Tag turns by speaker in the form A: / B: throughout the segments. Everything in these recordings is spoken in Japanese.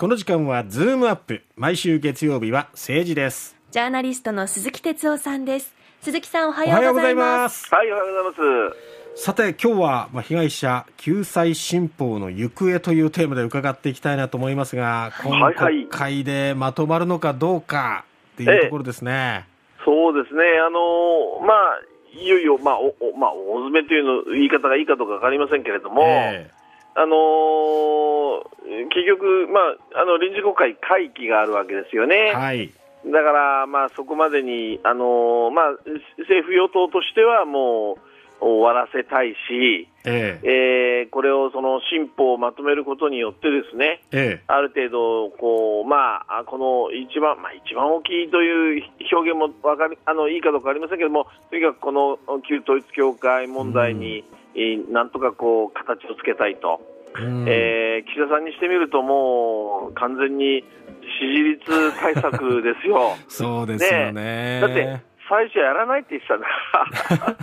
A: この時間はズームアップ毎週月曜日は政治です
B: ジャーナリストの鈴木哲夫さんです。鈴木さんおは
A: おは
B: よ
A: よう
B: う
A: ご
B: ござ
A: ざ
B: い
A: い
B: ま。
A: ますす
C: はい、おはようございます。
A: さて今日はまあ被害者救済新法の行方というテーマで伺っていきたいなと思いますが今
C: はいはい
A: 国会でまとまるのかどうかっていうところですね、
C: そうですね、あのーまあ、いよいよ、まあ、お、お、まあ、大詰めというの、言い方がいいかどうかわかりませんけれども、
A: ええ
C: あのー結局、まあ、あの、臨時国会会期があるわけですよね。
A: はい
C: だから、まあ、そこまでに、あのーまあ、政府与党としてはもう、終わらせたいし、
A: ええ
C: えーこれをその新法をまとめることによってですね、
A: え
C: ある程度、こう、まあ、あこの一番、まあ、一番大きいという表現もわかり、あの、いいかどうかありませんけども、とにかくこの旧統一教会問題に、えーなんとかこう、形をつけたいと。
A: えうん
C: えー岸田さんにしてみるともう、完全に支持率対策で すよ。
A: そうですよね
C: だって、最初やらないって言ってたんだから。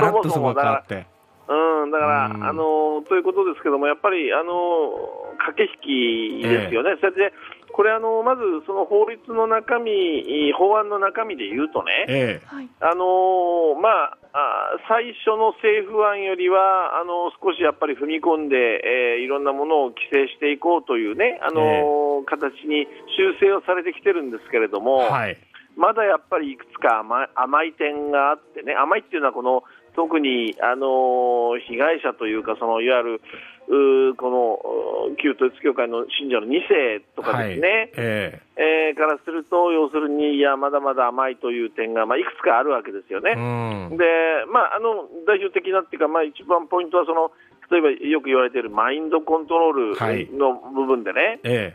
A: ガラッとそこが変わって
C: うん、だから、
A: うん
C: あのということですけども、やっぱりあの駆け引きですよね、それでこれあの、まずその法律の中身、法案の中身で言うとね、
A: え
B: はい。
C: あのまあ、あ最初の政府案よりはあの少しやっぱり踏み込んで、えーいろんなものを規制していこうというね、あの形に修正をされてきてるんですけれど
A: え
C: も。
A: はい
C: まだやっぱりいくつか甘い甘い点があってね、甘いっていうのはこの、特に、あのー被害者というか、そのいわゆるうーこのうー旧統一教会の信者の2世とかですね、
A: はいえ
C: えーからすると、要するに、いや、まだまだ甘いという点が、まあ、いくつかあるわけですよ
A: え
C: ね。
A: うん
C: で、まあ、あの代表的なっていうか、まあ、一番ポイントはその、例えばよく言われているマインドコントロ
A: はい
C: ールの部分でね、
A: え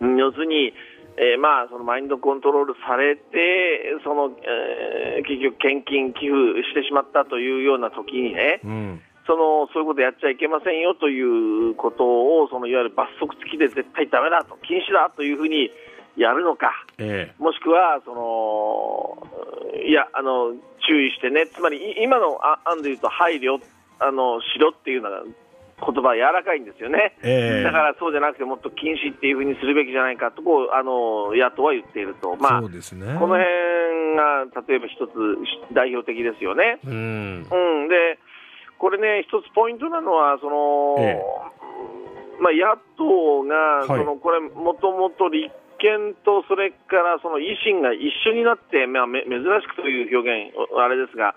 A: え
C: うん要するに、えーまあ、そのマインドコントロールされて、そのえー結局、献金、寄付してしまったというような時にね、
A: うん
C: そのそういうことやっちゃいけませんよということを、そのいわゆる罰則付きで絶対ダメだと、禁止だというふうにやるのか、
A: え
C: もしくはその、いやあの、注意してね、つまりい今のあ案でいうと、配慮あのしろっていうのが言葉は柔らかいんですよね。
A: えええ
C: だからそうじゃなくて、もっと禁止っていうふうにするべきじゃないかとこうあの野党は言っていると、ま
A: そ
C: あ、こ
A: うですね
C: の辺が例えば一つ代表的ですよね。
A: うん
C: うん、で、これね、一つポイントなのは、その、
A: ええ
C: まあ、野党が、
A: はい
C: そのこれ、もともと立憲と、それからその維新が一緒になって、まあ、め珍しくという表現、おあれですが、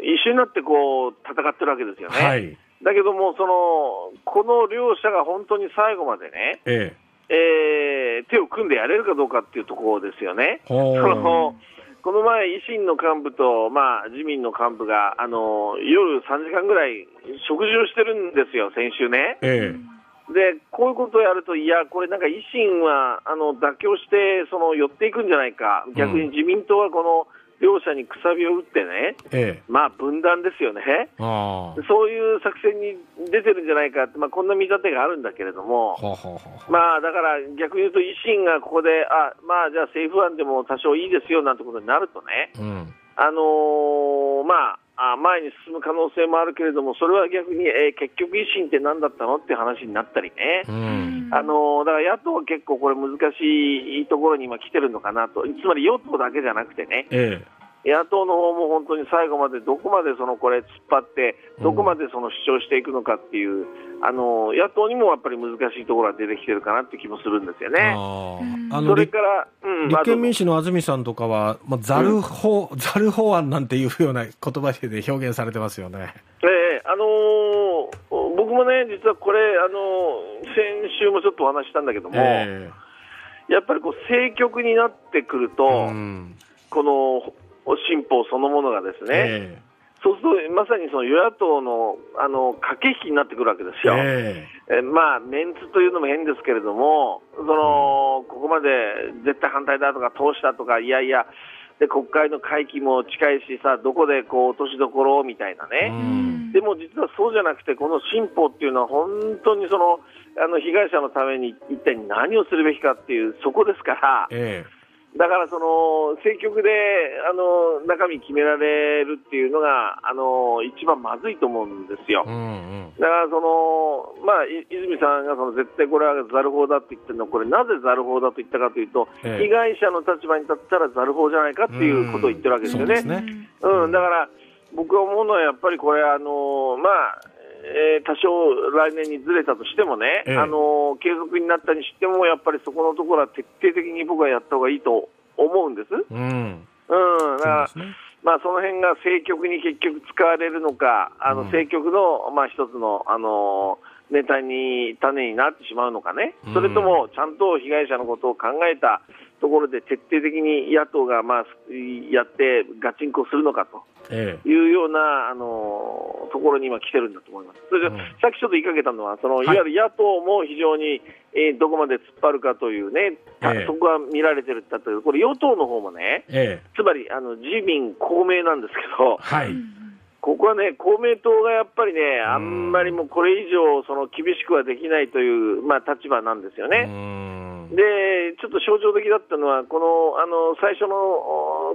C: 一緒になってこう戦ってるわけですよね。
A: はい
C: だけども、その、この両者が本当に最後までね、
A: ええ
C: えー手を組んでやれるかどうかっていうところですよね。
A: ほ
C: そうのこの前、維新の幹部と、まあ、自民の幹部があの夜3時間ぐらい食事をしてるんですよ、先週ね。
A: え
C: で、こういうことをやると、いや、これなんか維新はあの妥協してその寄っていくんじゃないか、逆に自民党はこの両者にくさびを打ってね、
A: えええ
C: まあ分断ですよね。
A: ああ
C: そういう作戦に出てるんじゃないかって、まあ、こんな見立てがあるんだけれども、
A: ほうほうほうほう
C: まあ、だから逆に言うと、維新がここで、あまあ、じゃあ政府案でも多少いいですよなんてことになるとね、
A: うん
C: あのーまあ、あ前に進む可能性もあるけれども、それは逆に、えー結局維新って何だったのって話になったりね。
A: うん
C: あのーだから野党は結構これ難しいところに今来てるのかなと。つまり与党だけじゃなくてね、
A: ええ
C: 野党の方も本当に最後までどこまでそのこれ突っ張って、どこまでその主張していくのかっていう、あの野党にもやっぱり難しいところが出てきてるかなって気もするんですよね。
A: あ
B: うん
A: ああの
C: それ
A: 立
C: から、うんま
A: 立
C: あ
A: 憲民
C: どうぞ
A: 主の安住さんとかは、まあ、ざる法、ざる法案なんていうような言葉で表現されてますよね。
C: ええあのー僕もね、実はこれ、あのー先週もちょっとお話ししたんだけども、
A: え
C: やっぱりこう政局になってくる
A: え
C: と、
A: うん
C: この新法そのものがですね、
A: え
C: そうするとまさにその与野党のあの駆け引きになってくるわけです
A: え
C: よ。
A: え
C: えーまあ、メンツというのも変ですけれども、そのここまで絶対反対だとか、通したとか、いやいや、で国会の会期も近いしさ、どこでこう落としどころをみたいな
A: う
C: ね、
A: ん
C: でも実はそうじゃなくて、この新法っていうのは、本当にそのあの被害者のために一体何をするべきかっていう、そこですから、
A: え
C: だからその政局であの中身決められるっていうのがあの一番まずいと思うんですよ。
A: うん
C: だからその、まあ、い泉さんがその絶対これはザル法だって言ってるのはこれなぜザル法だと言ったかというと、
A: ええ
C: 被害者の立場に立ったらザル法じゃないかっていうことを言ってるわけですよ
A: うんそうで
C: ね。
A: すね
C: うん、だから僕が思うのはやっぱりこれ、あのまあえー多少来年にずれたとしてもね、
A: ええ
C: あの継続になったにしても、やっぱりそこのところは徹底的に僕はやった方がいいと思うんです。う
A: う
C: ん、
A: ん。うん。
C: だから
A: そうですね。
C: まあ、その辺が政局に結局使われるのか、あ
A: う
C: の
A: ん
C: 政局の、まあ、一つの、あのネタに種になってしまうのかね
A: うん、
C: それともちゃんと被害者のことを考えたところで徹底的に野党が、まあ、やってガチンコするのかと
A: ええ。
C: いうような、あのところに今来てるんだと思います。それで、
A: うん
C: さっきちょっと言いかけたのは、その
A: い
C: いわゆる野党も非常に、えーどこまで突っ張るかというね、た
A: ええ
C: そこが見られてるんだという、これ与党の方もね、
A: ええ。
C: つまりあの自民、公明なんですけど、
A: はい。
C: ここはね、公明党がやっぱりね、あんまりもうこれ以上、その厳しくはできないという、まあ、立場なんですよ
A: う
C: ね。
A: ん。
C: で、ちょっと象徴的だったのは、このあの最初の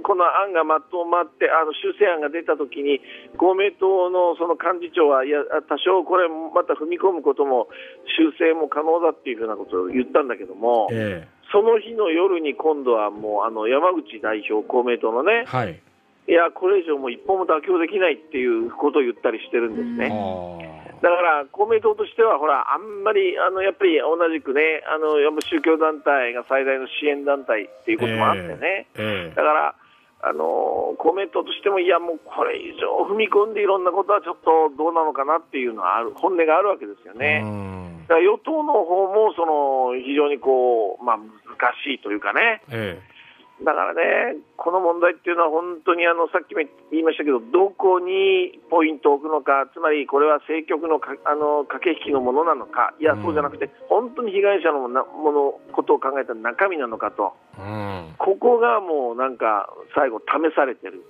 C: おこの案がまとまって、あの修正案が出たときに、公明党のその幹事長は、いや、多少これ、また踏み込むことも、修正も可能だっていうふうなことを言ったんだけども、
A: え
C: その日の夜に今度はもう、あの山口代表、公明党の
A: え。、
C: ね
A: はい。
C: いや、これ以上もう一歩も妥協できないっていうことを言ったりしてるんで
A: あ
C: すね。
A: あ。
C: だから公明党としては、ほら、あんまり、あのやっぱり同じくね、あのやっぱ宗教団体が最大の支援団体っていうこともあってね、
A: ええ
C: だ。から、あの公明党としても、いや、もうこれ以上踏み込んでいろんなことはちょっとどうなのかなっていうのはある、本音があるわけですよね。
A: うん
C: だから与党の方もその非常にこう、まあ、難しいというかね、
A: え
C: だからね、この問題っていうのは本当にあのさっきも言いましたけど、どこにポイントを置くのか、つまりこれは政局のかあの駆け引きのものなのか、いや、
A: うん
C: そうじゃなくて、本当に被害者のもなものことを考えた中身なのかと、
A: え。うん。
C: ここがもうなんか、最後、試されてる、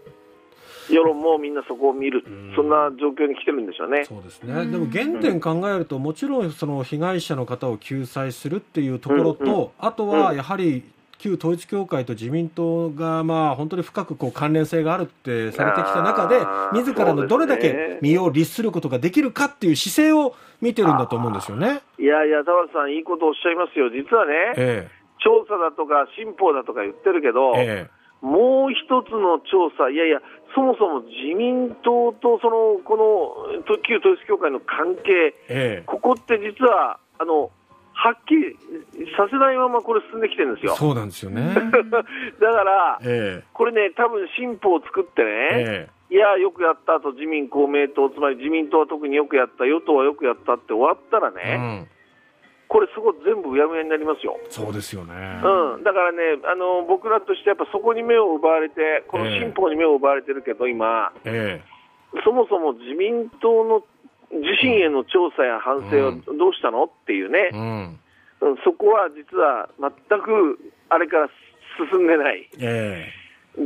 C: 世論もみんなそこを見る、
A: うん
C: そんな状況に来てるんでしょうね。
A: そうですね、でも原点考えると、もちろんその被害者の方を救済するっていうところと、
C: うんう
A: あとはやはり旧統一教会と自民党がまあ本当に深くこう関連性があるってされてきた中で
C: あ、ー
A: 自らのどれだ
C: そうです
A: け
C: ね
A: 身を律することができるかっていう姿勢を見てるんだと思うんですよね。
C: いやいや、田畑さん、いいことおっしゃいますよ、実はね、
A: え
C: 調査だとか、新法だとか言ってるけど、
A: ええ
C: もう一つの調査、いやいや、そもそも自民党とそのこのと旧統一教会の関係、
A: ええ
C: ここって実はあのはっきりさせないままこれ進んできてるんです
A: え
C: よ。
A: そうなんですよね。
C: だから、
A: え
C: これね、多分新法を作って
A: え
C: ね、
A: え
C: いや、よくやったと自民、公明党、つまり自民党は特によくやった、与党はよくやったって終わったら
A: えう
C: ね、
A: ん、
C: これ、すごい全部うやむやになりますよ。
A: そうですよね。
C: うん、だからね、あの僕らとしてやっぱそこに目を奪われて、この新法に目を奪われてるけど、今、
A: え
C: そもそも自民党の自身への調査や反省
A: う
C: を
A: ん
C: どうしたのっていう
A: え
C: ね、
A: うん、
C: うんそこは実は全くあれから進んでない、
A: え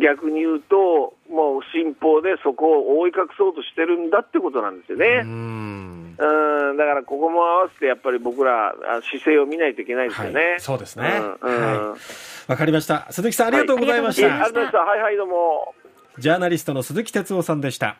C: 逆に言うと、もう新法でそこを覆い隠そうとしてるんだってことなんですよ
A: え
C: ね。
A: うん、
C: うんだからここも合わせてやっぱり僕らあ姿勢を見ないといけないですよね。
A: はいそうですね
C: うんうん
A: はわかりました。鈴木さんありがとうございまし
C: いえ
A: た。
C: ありがとうございました。はいはいどうも。
A: ジャーナリストの鈴木哲夫さんでした。